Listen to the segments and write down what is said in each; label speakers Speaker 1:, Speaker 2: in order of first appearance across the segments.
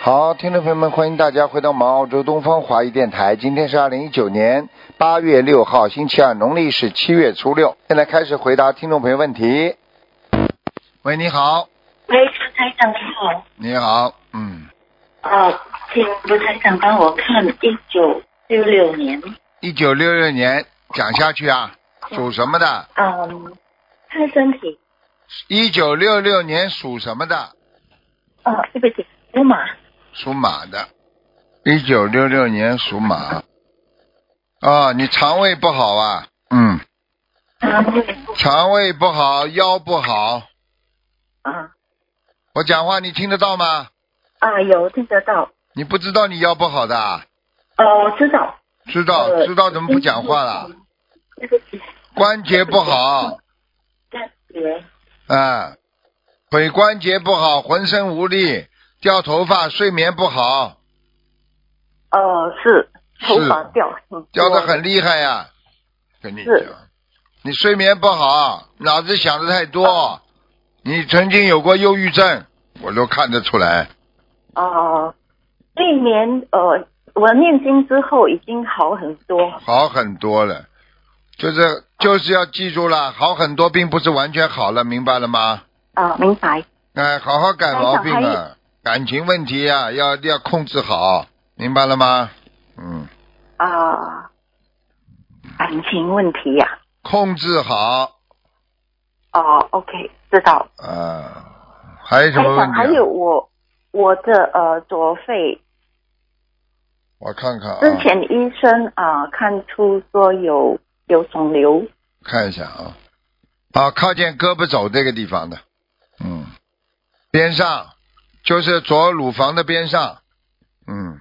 Speaker 1: 好，听众朋友们，欢迎大家回到我们澳洲东方华语电台。今天是二零一九年八月六号，星期二，农历是七月初六。现在开始回答听众朋友问题。喂，你好，
Speaker 2: 喂，卢台长你好，
Speaker 1: 你好，嗯，
Speaker 2: 啊，请卢台长帮我看一九六六年，
Speaker 1: 一九六六年讲下去啊，属什么的？
Speaker 2: 嗯，看身体，
Speaker 1: 一九六六年属什么的？
Speaker 2: 啊，对不起，属马，
Speaker 1: 属马的，一九六六年属马。啊，你肠胃不好啊？嗯，
Speaker 2: 啊，
Speaker 1: 肠胃不好，腰不好。
Speaker 2: 啊
Speaker 1: 我讲话你听得到吗？
Speaker 2: 啊，有听得到，
Speaker 1: 你不知道你腰不好的啊？
Speaker 2: 呃，我知道，
Speaker 1: 知道、
Speaker 2: 呃嗯
Speaker 1: 知道怎么不讲话了？？
Speaker 2: 对不起，
Speaker 1: 关节不好，
Speaker 2: 感觉
Speaker 1: 啊，腿关节不好，浑身无力，掉头发，睡眠不好，
Speaker 2: 呃是头
Speaker 1: 是
Speaker 2: 发掉，嗯
Speaker 1: 掉的，很厉害呀、跟你讲
Speaker 2: 是，
Speaker 1: 你睡眠不好，脑子想的太
Speaker 2: 啊
Speaker 1: 多，你曾经有过忧郁症，我都看得出来。
Speaker 2: 哦，那年呃。我念经之后已经好很多，
Speaker 1: 好很多了，就是就是要记住了，好很多并不是完全好了，明白了吗？
Speaker 2: 啊，明白，
Speaker 1: 哎，好好改毛病
Speaker 2: 台长
Speaker 1: 啊，感情问题啊，要要控制好，明白了吗？嗯，
Speaker 2: 啊，感情问题呀、
Speaker 1: 控制好
Speaker 2: 哦，OK，知道。
Speaker 1: 啊，还有什
Speaker 2: 台
Speaker 1: 么问题、
Speaker 2: 长，
Speaker 1: 啊？
Speaker 2: 还有我我的呃左肺，
Speaker 1: 我看看啊，
Speaker 2: 之前医生啊、呃看出说有有肿瘤，
Speaker 1: 看一下啊，啊，靠近胳膊肘这个地方的，嗯，边上就是左乳房的边上，嗯，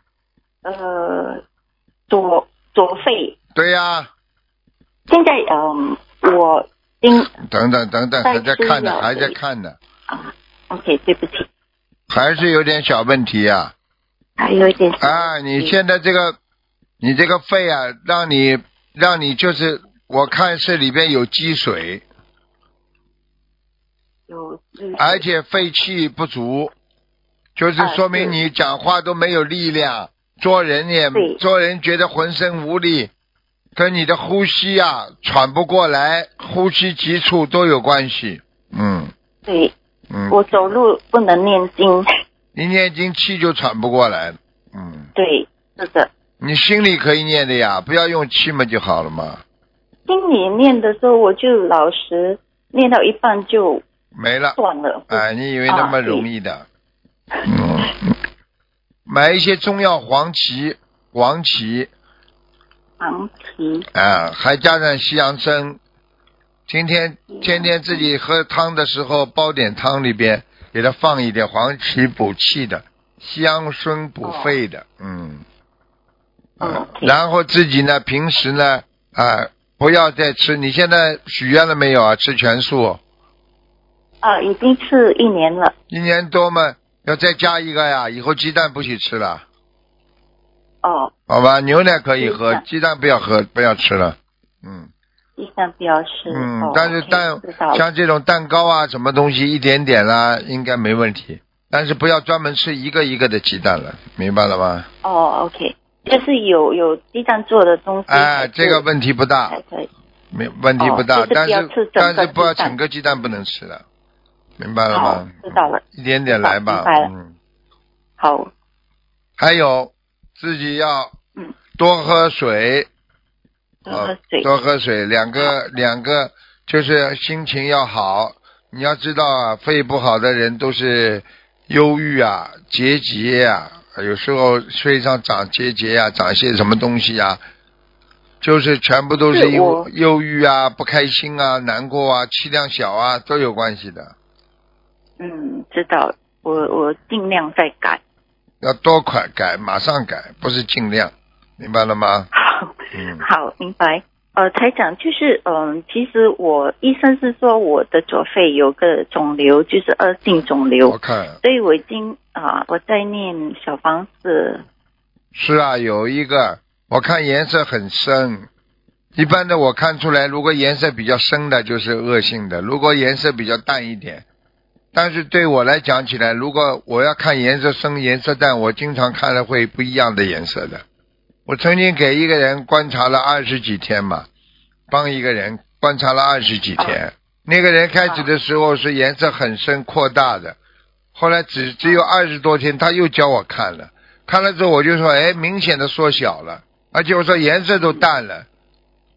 Speaker 2: 呃，左左肺，
Speaker 1: 对呀、
Speaker 2: 现在嗯、我今
Speaker 1: 等等等等，还在看呢，
Speaker 2: 在吃药
Speaker 1: 还在看呢，
Speaker 2: 啊、OK，对不起，
Speaker 1: 还是有点小问题啊呀、
Speaker 2: 还有一点
Speaker 1: 啊，你现在这个，你这个肺啊，让你让你就是，我看是里边有积水，
Speaker 2: 有嗯
Speaker 1: 而且肺气不足，就是
Speaker 2: 啊
Speaker 1: 说明
Speaker 2: 对
Speaker 1: 你讲话都没有力量，做人也
Speaker 2: 对
Speaker 1: 做人觉得浑身无力，跟你的呼吸啊喘不过来，呼吸急促都有关系。嗯
Speaker 2: 对
Speaker 1: 嗯，
Speaker 2: 我走路不能念经，
Speaker 1: 你念经气就喘不过来了。嗯，
Speaker 2: 对，是的。
Speaker 1: 你心里可以念的呀，不要用气嘛就好了嘛，
Speaker 2: 心里念的时候，我就老实念到一半就
Speaker 1: 没了。
Speaker 2: 断了。
Speaker 1: 啊，你以为那么容易的？嗯，买一些中药黄芪、黄芪
Speaker 2: 长期
Speaker 1: 啊，还加上西洋参。今天天天自己喝汤的时候，煲点汤里边给它放一点黄芪补气的，西洋参补肺的，嗯。
Speaker 2: 哦
Speaker 1: 啊，
Speaker 2: ，OK
Speaker 1: 然后自己呢，平时呢，啊，不要再吃。你现在许愿了没有啊？吃全素。
Speaker 2: 啊，已经是一年了。
Speaker 1: 一年多嘛，要再加一个呀。以后鸡蛋不许吃了，
Speaker 2: 哦，
Speaker 1: 好吧？牛奶可以喝
Speaker 2: 鸡，蛋
Speaker 1: 鸡蛋不要喝，不要吃了。嗯
Speaker 2: 一向不要吃。
Speaker 1: 嗯
Speaker 2: 哦、，
Speaker 1: 但是
Speaker 2: OK，
Speaker 1: 蛋
Speaker 2: 知道了。
Speaker 1: 像这种蛋糕啊，什么东西一点点啦，应该没问题。但是不要专门吃一个一个的鸡蛋了，明白了吗？
Speaker 2: 哦，OK，就是有有鸡蛋做的东西。
Speaker 1: 哎，这个
Speaker 2: 问
Speaker 1: 问题不大
Speaker 2: 才，可以。
Speaker 1: 没问题不大，
Speaker 2: 哦就是
Speaker 1: 但
Speaker 2: 不要
Speaker 1: 是
Speaker 2: 吃整个
Speaker 1: 但是不要
Speaker 2: 鸡蛋
Speaker 1: 整个鸡蛋不能吃了，明白了
Speaker 2: 好
Speaker 1: 吗？，
Speaker 2: 知道了。
Speaker 1: 一点点来吧
Speaker 2: 明白，了
Speaker 1: 嗯。
Speaker 2: 好，
Speaker 1: 还有自己要
Speaker 2: 嗯
Speaker 1: 多喝水，
Speaker 2: 多喝水。
Speaker 1: 啊
Speaker 2: 啊
Speaker 1: 多喝水，两个两个就是心情要好。你要知道啊，肺不好的人都是忧郁啊、结节啊，有时候肺上长结节啊，长些什么东西啊，就是全部都是
Speaker 2: 是
Speaker 1: 因
Speaker 2: 我
Speaker 1: 为忧郁啊、不开心啊、难过啊、气量小啊都有关系的。
Speaker 2: 嗯，知道了。我我尽量再改。
Speaker 1: 要多快改，马上改，不是尽量，明白了吗？
Speaker 2: 好，
Speaker 1: 嗯
Speaker 2: 好，明白。呃，台长，就是嗯、其实我医生是说我的左肺有个肿瘤，就是恶性肿
Speaker 1: 我
Speaker 2: 瘤，
Speaker 1: 看
Speaker 2: 所以我已经啊、我在念小房子
Speaker 1: 是啊，有一个，我看颜色很深。一般的我看出来，如果颜色比较深的，就是恶性的；如果颜色比较淡一点，但是对我来讲起来，如果我要看颜色深颜色淡，我经常看了会不一样的颜色的。我曾经给一个人观察了二十几天嘛，帮一个人观察了二十几天。那个人开始的时候是颜色很深扩大的，后来只只有二十多天，他又教我看了，看了之后我就说，哎，明显的缩小了，而且我说颜色都淡了。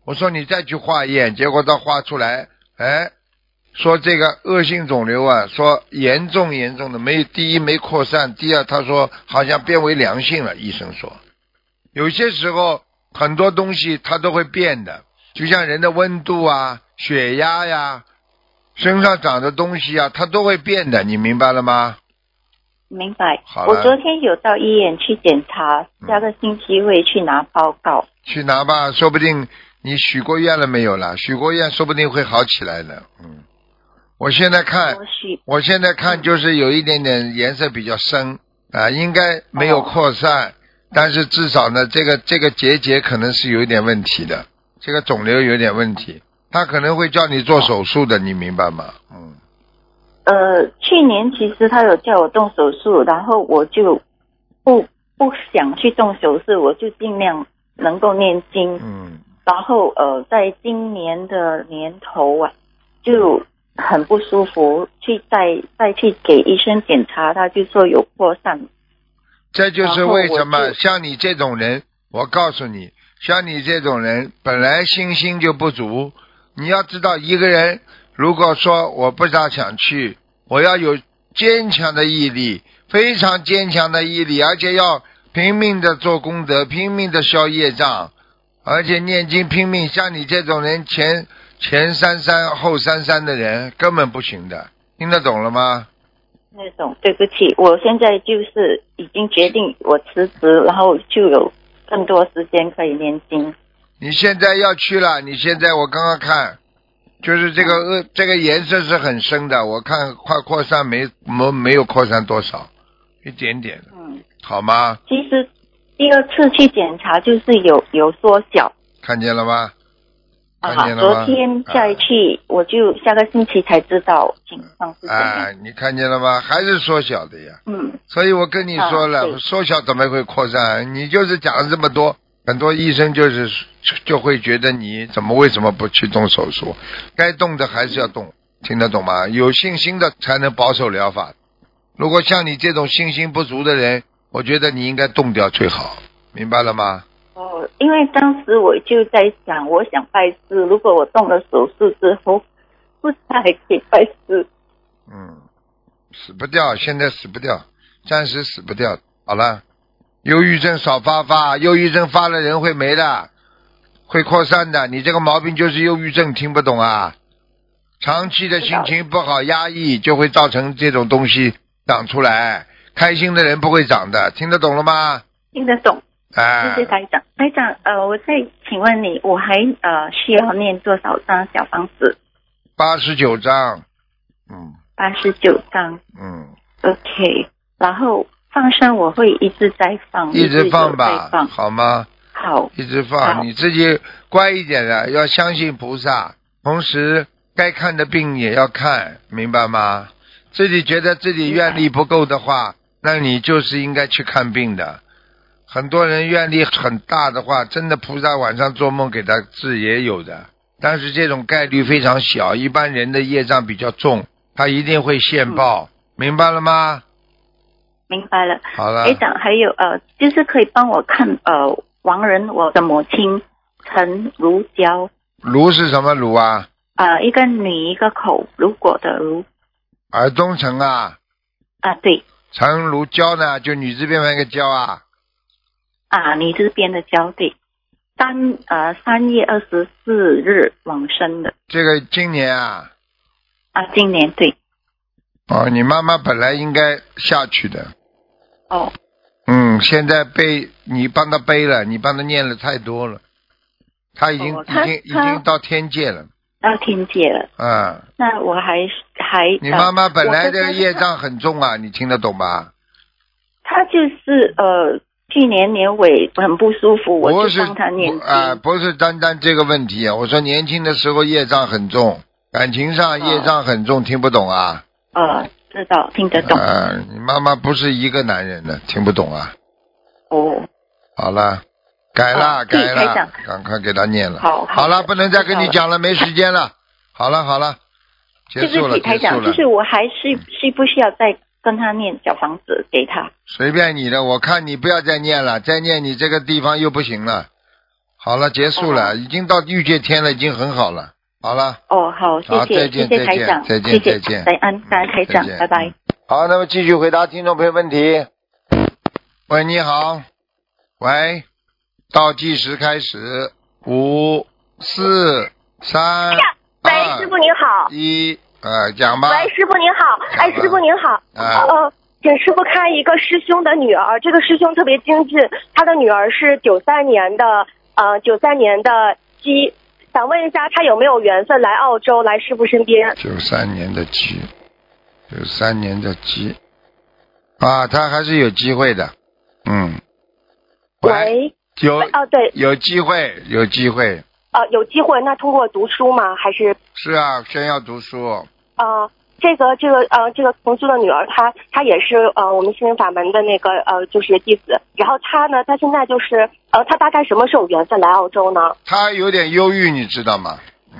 Speaker 1: 我说你再去化验，结果他画出来，哎，说这个恶性肿瘤啊，说严重严重的，没第一没扩散，第二他说好像变为良性了，医生说。有些时候很多东西它都会变的，就像人的温度啊、血压呀、身上长的东西啊，它都会变的，你明白了吗？
Speaker 2: 明白
Speaker 1: 好。嗯了
Speaker 2: 我昨天有到医院去检查，下个星期会去拿报告。
Speaker 1: 去拿吧，说不定你许过愿了没有啦？许过愿，说不定会好起来的。嗯，我现在看
Speaker 2: 我，许
Speaker 1: 我现在看就是有一点点颜色比较深啊，应该没有扩散，但是至少呢，这个这个结节可能是有一点问题的，这个肿瘤有点问题，他可能会叫你做手术的，你明白吗？嗯，
Speaker 2: 呃，去年其实他有叫我动手术，然后我就不不想去动手术，我就尽量能够念经。
Speaker 1: 嗯，
Speaker 2: 然后呃，在今年的年头啊，就
Speaker 1: 嗯
Speaker 2: 很不舒服，去再再去给医生检查，他就说有扩散。
Speaker 1: 这就是
Speaker 2: 然后
Speaker 1: 为什
Speaker 2: 我
Speaker 1: 么
Speaker 2: 就
Speaker 1: 像你这种人，我告诉你，像你这种人本来信心就不足，你要知道一个人如果说我不大想去，我要有坚强的毅力，非常坚强的毅力，而且要拼命的做功德，拼命的消业障，而且念经拼命。像你这种人前前三三后三三的人根本不行的，听得懂了吗？
Speaker 2: 那种，对不起，我现在就是已经决定我辞职，然后就有更多时间可以念经。
Speaker 1: 你现在要去了，你现在我刚刚看，就是这个呃，这个颜色是很深的，我看快扩散没没没有扩散多少，一点点，
Speaker 2: 嗯，
Speaker 1: 好吗？
Speaker 2: 其实第二次去检查就是有有缩小
Speaker 1: 看见了吗？
Speaker 2: 啊
Speaker 1: 看见，了吗
Speaker 2: 昨天再去、我就下个星期才知道情况是怎样。
Speaker 1: 啊，你看见了吗？还是缩小的呀。
Speaker 2: 嗯，
Speaker 1: 所以我跟你说
Speaker 2: 啊
Speaker 1: 了，
Speaker 2: 对
Speaker 1: 缩小怎么会扩散？你就是讲了这么多，很多医生就是就就会觉得你怎么为什么不去动手术？该动的还是要
Speaker 2: 嗯
Speaker 1: 动，听得懂吗？有信心的才能保守疗法。如果像你这种信心不足的人，我觉得你应该动掉最好，明白了吗？
Speaker 2: 哦，因为当时我就在想，我想拜师，如果我动了手术之后，不再可以拜师。
Speaker 1: 嗯，死不掉，现在死不掉，暂时死不掉。好了，忧郁症少发发，忧郁症发了人会没的，会扩散的。你这个毛病就是忧郁症，听不懂啊？长期的心情不好，压抑就会造成这种东西长出来。开心的人不会长的，听得懂了吗？
Speaker 2: 听得懂，
Speaker 1: 哎，
Speaker 2: 谢谢台长。台长，呃，我再请问你，我还呃需要念多少张小房子？
Speaker 1: 八十九章，嗯
Speaker 2: 八十九张
Speaker 1: 嗯，
Speaker 2: ，OK。然后放生我会一直在放，
Speaker 1: 一直
Speaker 2: 有
Speaker 1: 放
Speaker 2: 在
Speaker 1: 吧，
Speaker 2: 放
Speaker 1: 好吗？
Speaker 2: 好，
Speaker 1: 一直
Speaker 2: 好
Speaker 1: 放，你自己乖一点的，要相信菩萨，同时该看的病也要看，明白吗？自己觉得自己愿力不够的话，那你就是应该去看病的。很多人愿力很大的话，真的菩萨晚上做梦给他治也有的，但是这种概率非常小，一般人的业障比较重，他一定会现报，明白了吗？
Speaker 2: 明白了。
Speaker 1: 好了
Speaker 2: 台，长，还有呃，就是可以帮我看呃亡人我的母亲陈如娇。
Speaker 1: 卢是什么卢啊？
Speaker 2: 呃，一个女一个口，如果的如
Speaker 1: 尔东城啊。
Speaker 2: 啊，对
Speaker 1: 陈如娇呢，就女字边旁一个娇啊，
Speaker 2: 啊，你这边的交对，三呃三月二十四日往生的
Speaker 1: 这个今年啊，
Speaker 2: 啊，今年对
Speaker 1: 哦，你妈妈本来应该下去的，
Speaker 2: 哦
Speaker 1: 嗯，现在被你帮她背了，你帮她念了太多了，她已经、
Speaker 2: 哦
Speaker 1: 已
Speaker 2: 她
Speaker 1: 经已
Speaker 2: 她
Speaker 1: 经到天界了，
Speaker 2: 到天界了，
Speaker 1: 啊、
Speaker 2: 那我还还呃
Speaker 1: 你妈妈本来
Speaker 2: 这
Speaker 1: 的业，障很重啊，你听得懂吧？
Speaker 2: 她就是呃去年年尾很不舒服，我
Speaker 1: 不
Speaker 2: 就是帮她念经
Speaker 1: 不啊、不是单单这个问题啊，我说
Speaker 2: 哦
Speaker 1: 年轻的时候业障很重，感情上业障很重，听不懂啊？
Speaker 2: 呃知道，听得懂。
Speaker 1: 啊，你妈妈不是一个男人的，听不懂啊。
Speaker 2: 哦，
Speaker 1: 好了，改了，
Speaker 2: 哦对
Speaker 1: 改
Speaker 2: 台
Speaker 1: 了
Speaker 2: 长，
Speaker 1: 赶快给他念了。
Speaker 2: 好好
Speaker 1: 了，不能再跟你
Speaker 2: 知道了
Speaker 1: 讲了，没时间了。好了，好了，结
Speaker 2: 对
Speaker 1: 束
Speaker 2: 不
Speaker 1: 了，
Speaker 2: 起，台
Speaker 1: 结束
Speaker 2: 长，就
Speaker 1: 了，
Speaker 2: 是我还是需不需要再跟他念小房子给他？
Speaker 1: 随便你的，我看你不要再念了，再念你这个地方又不行了。好了，结束了，
Speaker 2: 哦
Speaker 1: 已经到御界天了，已经很好了。好了，
Speaker 2: 哦，好，谢
Speaker 1: 好再
Speaker 2: 谢，
Speaker 1: 见
Speaker 2: 谢谢台长，
Speaker 1: 再见
Speaker 2: 谢
Speaker 1: 再
Speaker 2: 谢
Speaker 1: 见嗯
Speaker 2: 感恩感恩台长
Speaker 1: 再，见
Speaker 2: 拜拜。
Speaker 1: 好，那么继续回答听众朋友问题。喂，你好，喂，倒计时开始，五、四、
Speaker 2: 哎
Speaker 1: 三、
Speaker 3: 喂，师傅您好
Speaker 1: 二、。一，呃，讲吧。
Speaker 3: 喂，师傅您好。哎，师傅您好。
Speaker 1: 啊
Speaker 3: 呃，请师傅看一个师兄的女儿，这个师兄特别精致，他的女儿是九三年的，呃，九三年的鸡。想问一下，他有没有缘分来澳洲来师傅身边？
Speaker 1: 九三年的鸡，九三年的鸡，啊，他还是有机会的，嗯，喂，
Speaker 3: 喂，
Speaker 1: 有
Speaker 3: 喂哦，对，
Speaker 1: 有机会，有机会，
Speaker 3: 呃，有机会，那通过读书吗？还是
Speaker 1: 是啊，先要读书，
Speaker 3: 呃，这个这个呃，这个同修的女儿，她她也是呃我们心灵法门的那个呃就是弟子。然后她呢，她现在就是呃，她大概什么时候有缘分来澳洲呢？
Speaker 1: 他有点忧郁，你知道吗？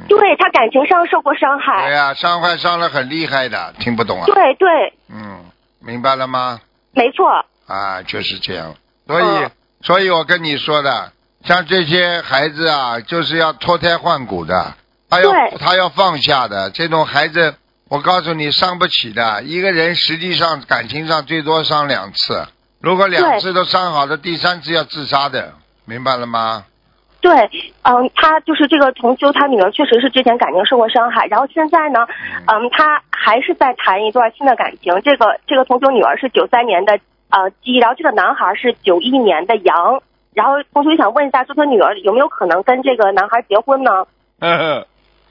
Speaker 3: 对他感情上受过伤
Speaker 1: 对
Speaker 3: 害，
Speaker 1: 呀、伤害伤了很厉害的，听不懂啊，
Speaker 3: 对对，
Speaker 1: 嗯，明白了吗？
Speaker 3: 没错，
Speaker 1: 啊，就是这样，所以，
Speaker 3: 嗯
Speaker 1: 所以我跟你说的，像这些孩子啊，就是要脱胎换骨的，他要
Speaker 3: 对
Speaker 1: 他要放下的，这种孩子，我告诉你伤不起的。一个人实际上感情上最多伤两次，如果两
Speaker 3: 对
Speaker 1: 次都伤好了，第三次要自杀的，明白了吗？
Speaker 3: 对，嗯，他就是这个同修，他女儿确实是之前感情受过伤害，然后现在呢，嗯，他还是在谈一段新的感情。这个这个同修女儿是九三年的呃鸡，然后这个男孩是九一年的羊，然后同学想问一下，说他女儿有没有可能跟这个男孩结婚呢？
Speaker 1: 呵呵，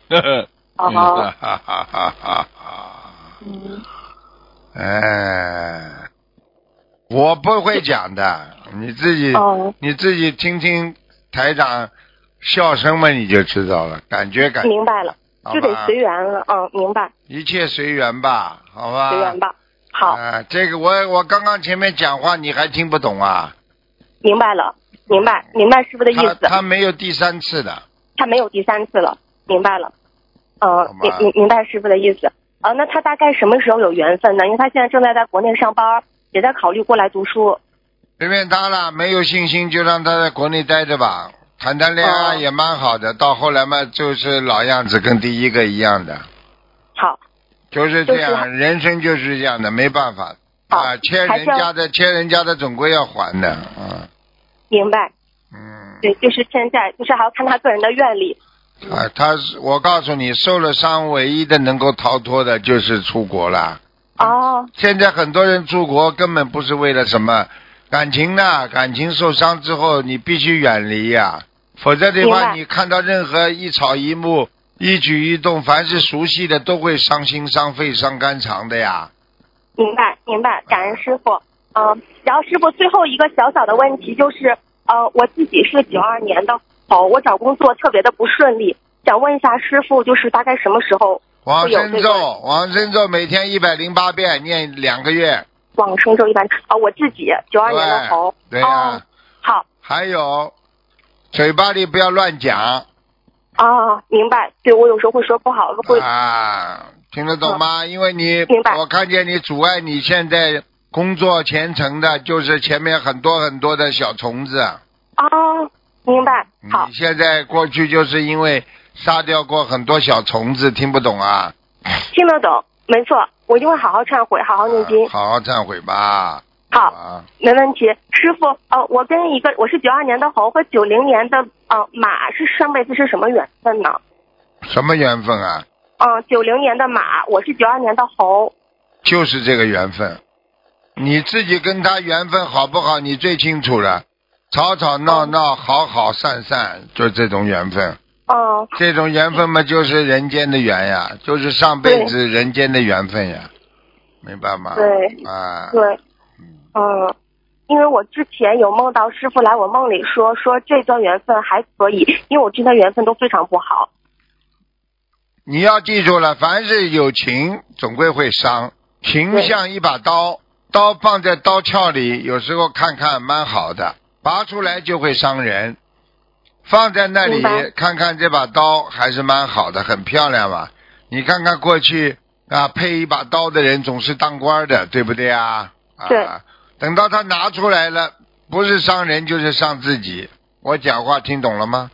Speaker 1: 呵呵，
Speaker 3: 哦、
Speaker 1: 哈哈哈哈哈哈。
Speaker 3: 嗯，
Speaker 1: 哎，我不会讲的，你自己、
Speaker 3: 哦
Speaker 1: 你自己听听台长笑声嘛，你就知道了，感觉感
Speaker 3: 明白了，
Speaker 1: 好
Speaker 3: 就得
Speaker 1: 吧
Speaker 3: 随缘了，嗯，明白，
Speaker 1: 一切随缘吧，好吧，
Speaker 3: 随缘。吧。好，
Speaker 1: 啊、这个我我刚刚前面讲话你还听不懂啊？
Speaker 3: 明白了，明白，明白师傅的意
Speaker 1: 他
Speaker 3: 思。
Speaker 1: 他没有第三次的，
Speaker 3: 他没有第三次了，明白了。
Speaker 1: 好
Speaker 3: 呃，
Speaker 1: 吗
Speaker 3: 明明明白师傅的意思。呃，那他大概什么时候有缘分呢？因为他现在正在在国内上班，也在考虑过来读书。
Speaker 1: 随便他了，没有信心就让他在国内待着吧，谈谈恋爱
Speaker 3: 哦
Speaker 1: 也蛮好的。到后来嘛，就是老样子，跟第一个一样的。
Speaker 3: 好，
Speaker 1: 就是这样，
Speaker 3: 就
Speaker 1: 人生就是这样的，没办法
Speaker 3: 好
Speaker 1: 啊，欠
Speaker 3: 还
Speaker 1: 人
Speaker 3: 是要
Speaker 1: 家的，欠人家的总归要还的啊，
Speaker 3: 明白。
Speaker 1: 嗯，
Speaker 3: 对，就是现在，就是还要看他个人的愿力。
Speaker 1: 啊，他是我告诉你，受了伤，唯一的能够逃脱的就是出国了。
Speaker 3: 哦，
Speaker 1: 现在很多人出国根本不是为了什么感情呐，感情受伤之后你必须远离呀、否则的
Speaker 3: 明
Speaker 1: 话
Speaker 3: 白
Speaker 1: 你看到任何一草一木、一举一动，凡是熟悉的都会伤心、伤肺、伤肝肠的呀。
Speaker 3: 明白，明白，感恩师傅。嗯、然后师傅最后一个小小的问题就是，呃，我自己是九二年的猴，我找工作特别的不顺利，想问一下师傅，就是大概什么时候
Speaker 1: 往
Speaker 3: 会有
Speaker 1: 生
Speaker 3: 这个
Speaker 1: 咒，往生咒每天一百零八遍，念两个月。
Speaker 3: 往生咒一般？啊、我自己九二年的猴。
Speaker 1: 对呀、
Speaker 3: 哦好
Speaker 1: 还有，嘴巴里不要乱讲
Speaker 3: 啊，明白。对我有时候会说不好，会、嗯
Speaker 1: 啊，听得懂吗？因为你
Speaker 3: 明白，
Speaker 1: 我看见你阻碍你现在工作前程的，就是前面很多很多的小虫子。
Speaker 3: 啊，明白。好
Speaker 1: 你，现在过去就是因为杀掉过很多小虫子，听不懂啊？
Speaker 3: 听得懂，没错，我一定会好好忏悔，好好念经。
Speaker 1: 啊好好忏悔吧。
Speaker 3: 好，
Speaker 1: 啊，
Speaker 3: 没问题。师傅，呃，我跟一个我是九二年的猴和九零年的呃马是上辈子是什么缘分呢？
Speaker 1: 什么缘分啊？
Speaker 3: 嗯、九零年的马，我是九二年的猴。
Speaker 1: 就是这个缘分。你自己跟他缘分好不好，你最清楚了。吵吵闹闹，好好散散，就这种缘分。
Speaker 3: 嗯、
Speaker 1: 这种缘分嘛，就是人间的缘呀，就是上辈子人间的缘分呀，明白吗？
Speaker 3: 对
Speaker 1: 啊，
Speaker 3: 对，嗯，因为我之前有梦到师傅来我梦里说说这段缘分还可以，因为我之前缘分都非常不好。
Speaker 1: 你要记住了，凡是有情，总归会伤。情像一把刀，刀放在刀鞘里，有时候看看蛮好的，拔出来就会伤人。放在那里
Speaker 3: 明白
Speaker 1: 看看这把刀还是蛮好的，很漂亮嘛。你看看过去啊，配一把刀的人总是当官的，对不对啊？啊
Speaker 3: 对。
Speaker 1: 等到他拿出来了，不是伤人就是伤自己。我讲话听懂了吗？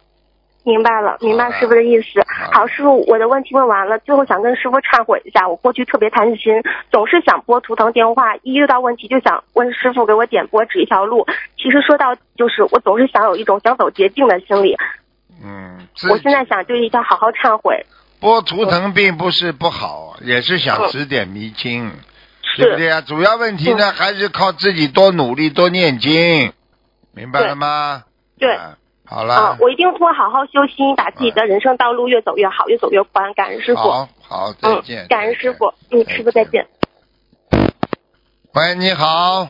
Speaker 3: 明白了，明白师傅的意思。
Speaker 1: 好
Speaker 3: 好，师傅，我的问题问完了，最后想跟师傅忏悔一下，我过去特别贪心，总是想拨图腾电话，一遇到问题就想问师傅给我点拨指一条路。其实说到就是，我总是想有一种想走捷径的心理。
Speaker 1: 嗯，自
Speaker 3: 我现在想就一定要好好忏悔，
Speaker 1: 播图腾并不是不好，也是想指点迷津，对不
Speaker 3: 是
Speaker 1: 对啊？主要问题呢，还是靠自己多努力、多念经，明白了吗？
Speaker 3: 对
Speaker 1: 啊好了，
Speaker 3: 啊，我一定会好好修心，把自己的人生道路越走越好，越走越宽。感恩师傅，
Speaker 1: 好好再见，
Speaker 3: 嗯，感恩师。傅，嗯，师傅再见。
Speaker 1: 喂，你好，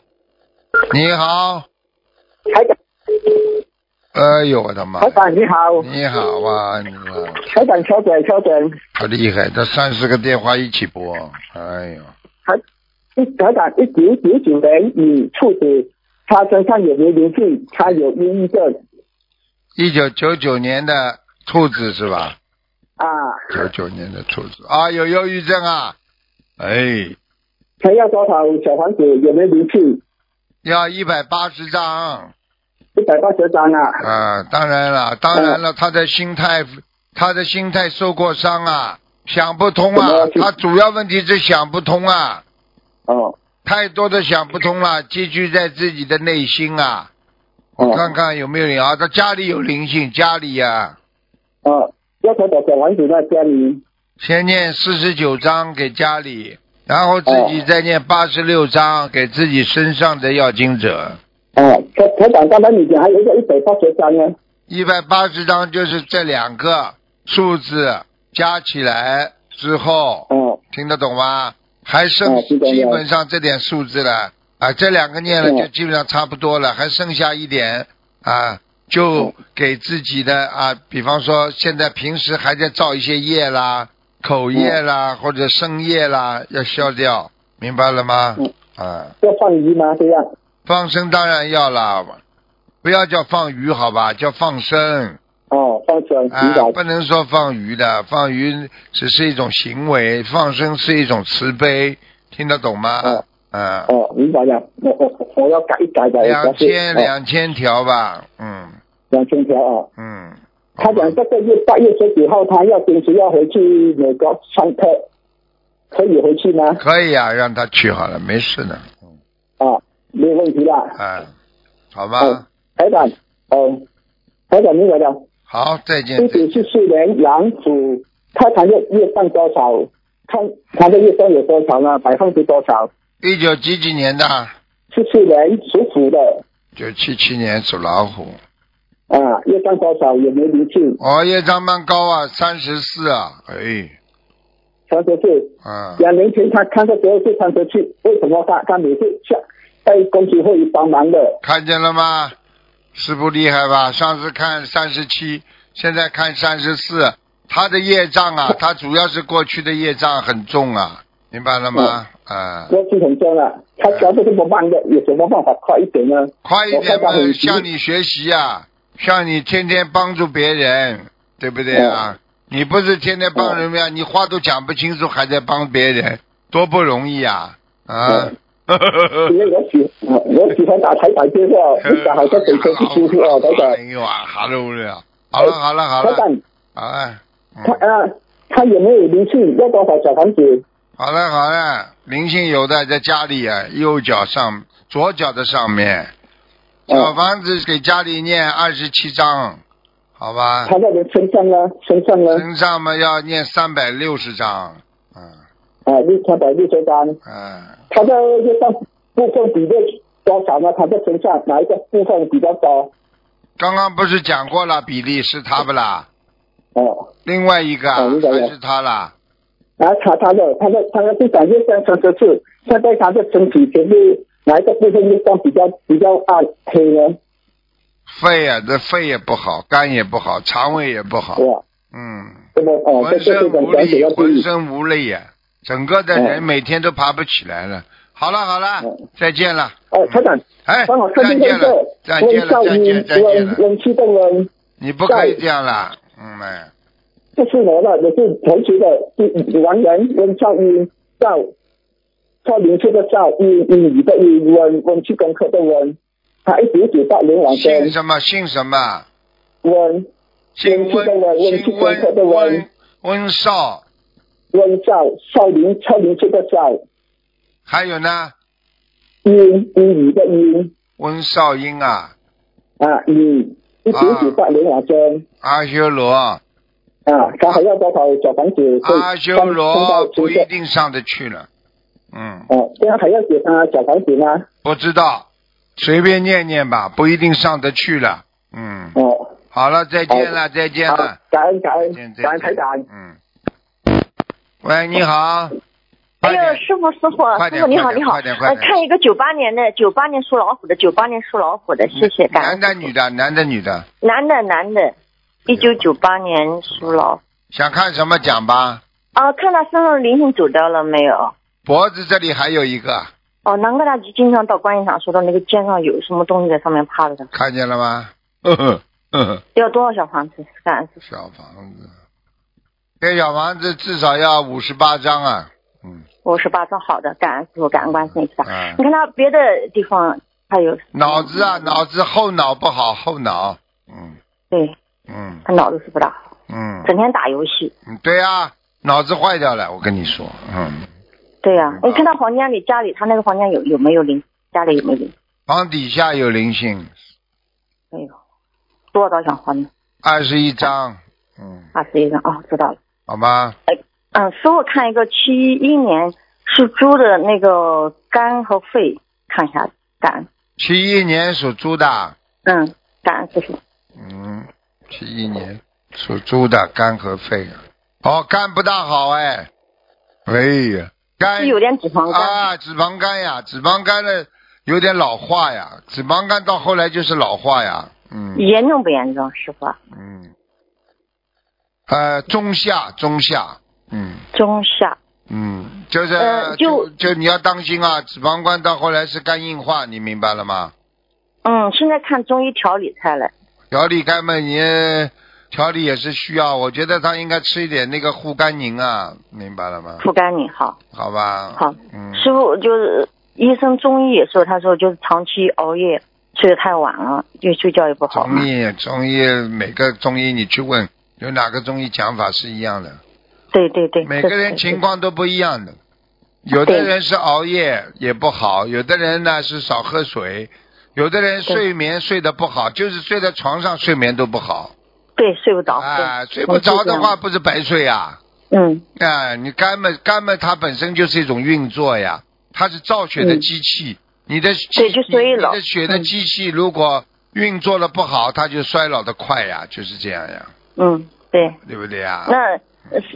Speaker 1: 你好，
Speaker 4: 台长，
Speaker 1: 哎呦我的妈呀！
Speaker 4: 台长你好，
Speaker 1: 你好啊，你好，
Speaker 4: 台长调整调整，
Speaker 1: 好厉害，这三十个电话一起拨，哎呦，
Speaker 4: 台一台长一九九九年女兔子，她身上有没有灵性？她有抑郁症
Speaker 1: 一九九九年的兔子是吧？
Speaker 4: 啊，
Speaker 1: 九九年的兔子啊，有忧郁症啊，哎，
Speaker 4: 还要多少小房子？有没有灵性？
Speaker 1: 要一百八十张
Speaker 4: 一百八十张啊，
Speaker 1: 啊！当然了，当然
Speaker 4: 哦
Speaker 1: 了，他的心态，他的心态受过伤啊，想不通
Speaker 4: 怎
Speaker 1: 啊
Speaker 4: 么，
Speaker 1: 他主要问题是想不通啊，
Speaker 4: 哦
Speaker 1: 太多的想不通了，积聚在自己的内心啊。我看
Speaker 4: 哦
Speaker 1: 看有没有人啊，他家里有灵性，家里呀、
Speaker 4: 哦，要多少小房子在家里？
Speaker 1: 先念四十九章给家里，然后自
Speaker 4: 哦
Speaker 1: 己再念八十六章给自己身上的要经者。
Speaker 4: 哦，台台长刚才你讲还有一个一百八十张啊呢，
Speaker 1: 一百八十章就是这两个数字加起来之后，
Speaker 4: 哦
Speaker 1: 听得懂吗？还剩
Speaker 4: 哦知道了
Speaker 1: 基本上这点数字了啊，这两个念了
Speaker 4: 嗯
Speaker 1: 就基本上差不多了，还剩下一点啊，就给自己的啊，比方说现在平时还在造一些业啦、口业啦或者生业啦，要消掉，明白了吗
Speaker 4: 嗯？
Speaker 1: 啊，
Speaker 4: 要放鱼吗？这样
Speaker 1: 放生当然要啦，不要叫放鱼好吧，叫放生。
Speaker 4: 哦，放生明
Speaker 1: 啊，
Speaker 4: 白
Speaker 1: 不能说放鱼的，放鱼只是一种行为，放生是一种慈悲，听得懂吗？
Speaker 4: 哦
Speaker 1: 啊，
Speaker 4: 哦，明白了，我我我要改一改的，
Speaker 1: 两千
Speaker 4: 哦
Speaker 1: 两千条吧，嗯
Speaker 4: 两千条啊。
Speaker 1: 嗯。
Speaker 4: 他讲这个月八月十几号，他要平时要回去美国上课，可以回去吗？
Speaker 1: 可以啊，让他去好了，没事的，
Speaker 4: 啊，没有问题啦。
Speaker 1: 啊，好
Speaker 4: 嗯
Speaker 1: 吧，，
Speaker 4: 台长，嗯，台长，你好的，
Speaker 1: 好，再见
Speaker 4: 一。九四四年杨主，他谈的月份多少？看他的月份有多少呢？百分之多少？
Speaker 1: 一九几几年的？
Speaker 4: 四四年属虎的，
Speaker 1: 九七七年属老虎，
Speaker 4: 啊，月份多少？有没有灵性？
Speaker 1: 哦，业障蛮高啊，三十四啊，哎，
Speaker 4: 传出去。
Speaker 1: 啊，
Speaker 4: 两年前他看的时候是传出去，为什么他他每次下在公司会帮忙的？
Speaker 1: 看见了吗？师傅厉害吧？上次看三十七，现在看三十四，他的业障 啊，他主要是过去的业障很重啊，明白了吗？啊、
Speaker 4: 我是很重了，他调的这么慢的，有什么办法快一点呢？
Speaker 1: 快一点嘛
Speaker 4: 我看到很，急
Speaker 1: 向你学习呀、向你天天帮助别人，对不对啊？你不是天天帮人家，你话都讲不清楚，还在帮别人，多不容易呀、啊！啊
Speaker 4: 嗯， 因为我喜我我喜欢打台打电话，
Speaker 1: 嗯
Speaker 4: 你打好像北车不舒服哦，等等
Speaker 1: 哎，呦啊，好了好了，好了好了好
Speaker 4: 等
Speaker 1: 了，
Speaker 4: 等，
Speaker 1: 好了。嗯
Speaker 4: 他啊，他有没有灵性？要多少小房子？
Speaker 1: 好了好了，灵性有的在家里啊，右脚上左脚的上面，小
Speaker 4: 啊，
Speaker 1: 房子给家里念二十七章，好吧？
Speaker 4: 他在人身上呢，身上呢，
Speaker 1: 身上嘛要念三百六十章，嗯
Speaker 4: 啊，六三百六十三，
Speaker 1: 嗯，
Speaker 4: 他的这上部分比例多少呢？他在身上哪一个部分比较高？
Speaker 1: 刚刚不是讲过了，比例是他不啦？
Speaker 4: 哦，
Speaker 1: 另外一个啊
Speaker 4: 哦明白了
Speaker 1: 还是他啦？
Speaker 4: 然后查他的，他的他的队长月上三十次，现在他的身体前面哪一个部分月上比较比较暗黑呢？
Speaker 1: 肺啊，这肺也不好，肝也不好，肠胃也不好，
Speaker 4: 哇，
Speaker 1: 嗯，
Speaker 4: 这个哦，
Speaker 1: 浑
Speaker 4: 这个
Speaker 1: 身
Speaker 4: 这
Speaker 1: 无
Speaker 4: 种小姐
Speaker 1: 力
Speaker 4: 要，注
Speaker 1: 浑
Speaker 4: 意
Speaker 1: 身无力呀、整个的人
Speaker 4: 嗯
Speaker 1: 每天都爬不起来了。好了好了
Speaker 4: 嗯，
Speaker 1: 再见了。
Speaker 4: 哦，台长，
Speaker 1: 哎，
Speaker 4: 帮我看
Speaker 1: 再
Speaker 4: 见
Speaker 1: 见
Speaker 4: 这
Speaker 1: 了
Speaker 4: 个，
Speaker 1: 再见
Speaker 4: 温
Speaker 1: 了，
Speaker 4: 兆
Speaker 1: 再
Speaker 4: 英
Speaker 1: 见，再见了
Speaker 4: 温。温气的温，
Speaker 1: 你不可以这样啦，嗯哎，
Speaker 4: 不是我的，我是同学的王源温兆英赵，赵林这个赵英英语的英温温去功课的温，他一九九八年完
Speaker 1: 姓
Speaker 4: 生
Speaker 1: 什么姓什么？
Speaker 4: 温
Speaker 1: 姓
Speaker 4: 温姓
Speaker 1: 温，
Speaker 4: 温
Speaker 1: 姓
Speaker 4: 温姓
Speaker 1: 温
Speaker 4: 温
Speaker 1: 温温少，
Speaker 4: 温赵少林少林这个赵
Speaker 1: 还有呢，
Speaker 4: 英英语的英
Speaker 1: 温少英啊，
Speaker 4: 啊英一九九八年完生
Speaker 1: 阿修罗，
Speaker 4: 啊，他还要多少小房子？可以
Speaker 1: 阿修
Speaker 4: 帮帮
Speaker 1: 罗
Speaker 4: 到
Speaker 1: 不
Speaker 4: 这
Speaker 1: 一
Speaker 4: 个
Speaker 1: 定上得去了，嗯，
Speaker 4: 哦，这样还要给他小房子啊吗？
Speaker 1: 不知道，随便念念吧，不一定上得去了，嗯，
Speaker 4: 哦。
Speaker 1: 好了，再见了，再见
Speaker 4: 好，
Speaker 1: 了，
Speaker 4: 感恩感
Speaker 1: 再
Speaker 4: 恩
Speaker 1: 见，再
Speaker 4: 感恩台
Speaker 1: 见
Speaker 4: 长，。
Speaker 1: 嗯，喂，你好，
Speaker 2: 哎
Speaker 1: 快
Speaker 2: 呦，
Speaker 1: 点，
Speaker 2: 师傅，师
Speaker 1: 快
Speaker 2: 傅，
Speaker 1: 点
Speaker 2: 师傅你好，
Speaker 1: 快点
Speaker 2: 你好，
Speaker 1: 快点快
Speaker 2: 呃
Speaker 1: 点
Speaker 2: 看一个九八年的，九八年属老虎的，九八年属老虎的，谢谢，感
Speaker 1: 嗯男
Speaker 2: 恩。
Speaker 1: 的女的，男的女的，
Speaker 2: 男的，男的，一九九八年属老。
Speaker 1: 想看什么讲吧？
Speaker 2: 啊，看他身上灵性走掉了没有？
Speaker 1: 脖子这里还有一个，
Speaker 2: 哦，难怪他经常到观音堂说到那个肩上有什么东西在上面趴着的。
Speaker 1: 看见了吗？ 呵呵呵呵，
Speaker 2: 要多少小房子？感恩师傅。
Speaker 1: 小房子，这小房子至少要五十八张啊。嗯，
Speaker 2: 我是八张好的，感恩师傅，感恩观世音菩萨。
Speaker 1: 嗯
Speaker 2: 你看他别的地方还有
Speaker 1: 脑子 啊，脑子后脑不好，后脑，嗯
Speaker 2: 对
Speaker 1: 嗯
Speaker 2: 他脑子是不大好，
Speaker 1: 嗯
Speaker 2: 整天打游戏。
Speaker 1: 嗯，对啊，脑子坏掉了，我跟你说，嗯，
Speaker 2: 对呀、
Speaker 1: 嗯
Speaker 2: 你看他房间里家里他那个房间有有没有灵？家里有没有灵？
Speaker 1: 房底下有灵性，
Speaker 2: 没有，哎多少张还呢？
Speaker 1: 二十一张，嗯，
Speaker 2: 二十一张哦，知道了。
Speaker 1: 好吗？
Speaker 2: 嗯，师傅看一个七一年是猪的那个肝和肺，看一下肝。
Speaker 1: 七一年属猪的，
Speaker 2: 嗯，肝师傅。
Speaker 1: 嗯，七一年属猪的肝和肺，哦，肝不大好哎，哎呀，肝
Speaker 2: 是有点脂肪肝。
Speaker 1: 啊，脂肪肝呀，脂肪肝呢有点老化呀，脂肪肝到后来就是老化呀，嗯
Speaker 2: 严重不严重，师傅啊？
Speaker 1: 嗯，呃，中下中下，嗯
Speaker 2: 中下，
Speaker 1: 嗯，就是、
Speaker 2: 呃
Speaker 1: 就
Speaker 2: 就
Speaker 1: 就你要当心啊，脂肪肝到后来是肝硬化，你明白了吗？
Speaker 2: 嗯，现在看中医调理菜了，
Speaker 1: 调理肝嘛，你调理也是需要，我觉得他应该吃一点那个护肝宁啊，明白了吗？
Speaker 2: 护肝宁好。
Speaker 1: 好吧，
Speaker 2: 好，
Speaker 1: 嗯，
Speaker 2: 师傅就是医生，中医也说，他说就是长期熬夜睡得太晚了，就睡觉也不好嘛。
Speaker 1: 中医中医每个中医你去问，有哪个中医讲法是一样的？
Speaker 2: 对对对，
Speaker 1: 每
Speaker 2: 是
Speaker 1: 个人
Speaker 2: 是
Speaker 1: 情
Speaker 2: 是
Speaker 1: 况都不一样的，有的人是熬夜也不好，有的人呢是少喝水，有的人睡眠睡得不好，就是睡在床上睡眠都不好。
Speaker 2: 对睡不着，
Speaker 1: 啊，
Speaker 2: 对嗯
Speaker 1: 睡不着的，话
Speaker 2: 我就
Speaker 1: 不是白睡啊！
Speaker 2: 这样嗯，
Speaker 1: 啊，你肝嘛肝嘛，它本身就是一种运作呀，它是造血的机器。你的
Speaker 2: 嗯对
Speaker 1: 机
Speaker 2: 就所以
Speaker 1: 你你
Speaker 2: 老
Speaker 1: 的血的
Speaker 2: 嗯
Speaker 1: 机器如果运作的不好，它就衰老的快呀，就是这样呀，
Speaker 2: 嗯，对。
Speaker 1: 对不对呀？
Speaker 2: 那呃是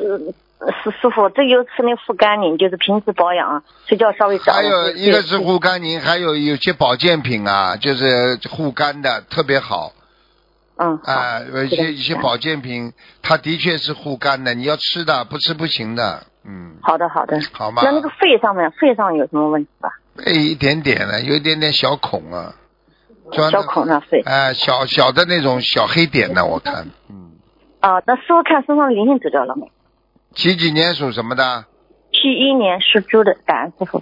Speaker 2: 是师傅，这就是那护肝宁，就是平时保养，啊睡觉稍微早。
Speaker 1: 还有
Speaker 2: 对
Speaker 1: 一个是护肝宁，还有有些保健品啊，就是护肝的特别好
Speaker 2: 嗯好
Speaker 1: 啊，有一
Speaker 2: 是
Speaker 1: 些
Speaker 2: 的
Speaker 1: 一些保健品，它的确是护肝的，你要吃的，不吃不行的，嗯，
Speaker 2: 好的好的。
Speaker 1: 好吗？
Speaker 2: 那那个肺上面，肺上有什么问题吧？
Speaker 1: 哎，一点点的，有一点点小孔啊，钻
Speaker 2: 小
Speaker 1: 的
Speaker 2: 孔那肺
Speaker 1: 哎，小小的那种小黑点呢，我看，嗯，
Speaker 2: 啊，那师傅看身上灵性走掉了没？
Speaker 1: 几几年属什么的？
Speaker 2: 七一年属猪的，感恩师傅。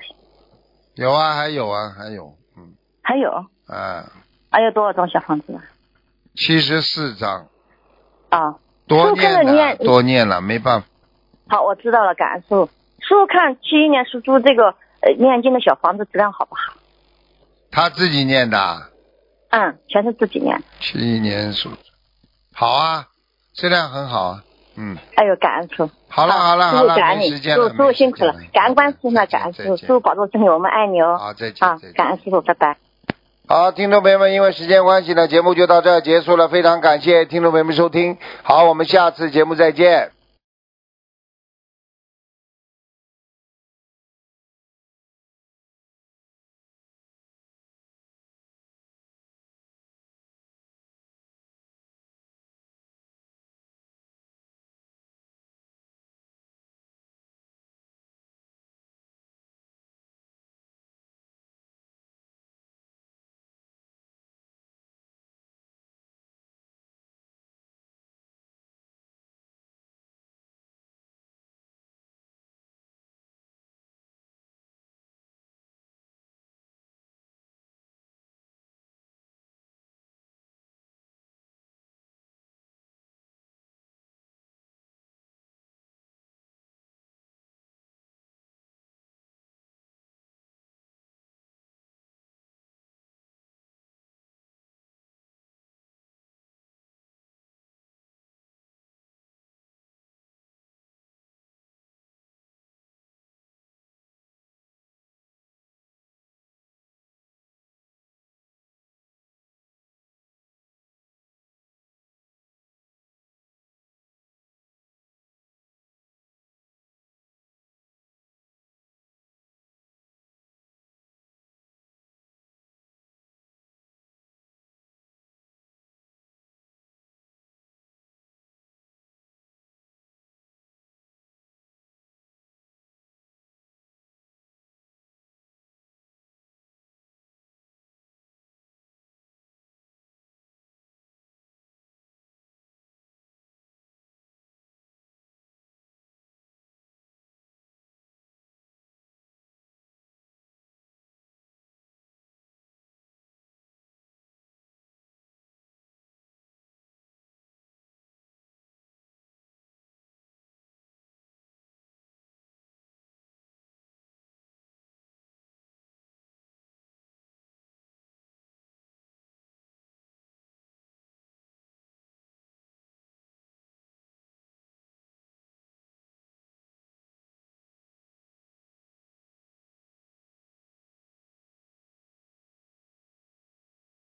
Speaker 1: 有啊，还有啊，还有，嗯，
Speaker 2: 还有
Speaker 1: 啊，
Speaker 2: 还有多少张小房子啊？
Speaker 1: 七十四章，
Speaker 2: 啊，
Speaker 1: 多
Speaker 2: 就
Speaker 1: 念
Speaker 2: 看着
Speaker 1: 了，
Speaker 2: 念
Speaker 1: 多念了，没办法。
Speaker 2: 好，我知道了，感恩师傅。师傅看七一年属猪这个呃念经的小房子质量好不好？
Speaker 1: 他自己念的，啊
Speaker 2: 嗯，全是自己念。
Speaker 1: 七一年属，好啊，质量很好啊，嗯，
Speaker 2: 哎呦，感恩师傅。
Speaker 1: 好了好了
Speaker 2: 师
Speaker 1: 好
Speaker 2: 傅
Speaker 1: 了，
Speaker 2: 感恩
Speaker 1: 没
Speaker 2: 你，
Speaker 1: 时
Speaker 2: 师
Speaker 1: 间
Speaker 2: 傅
Speaker 1: 了，
Speaker 2: 师傅
Speaker 1: 没时间
Speaker 2: 辛苦了，感恩关心呢，
Speaker 1: 再见
Speaker 2: 感恩师
Speaker 1: 再
Speaker 2: 傅，
Speaker 1: 见
Speaker 2: 师傅保重身体，我们爱你哦。
Speaker 1: 好，再见
Speaker 2: 啊
Speaker 1: 再，见
Speaker 2: 感。恩师傅，拜拜。
Speaker 1: 好，听众朋友们，因为时间关系呢，节目就到这儿结束了。非常感谢听众朋友们收听，好，我们下次节目再见。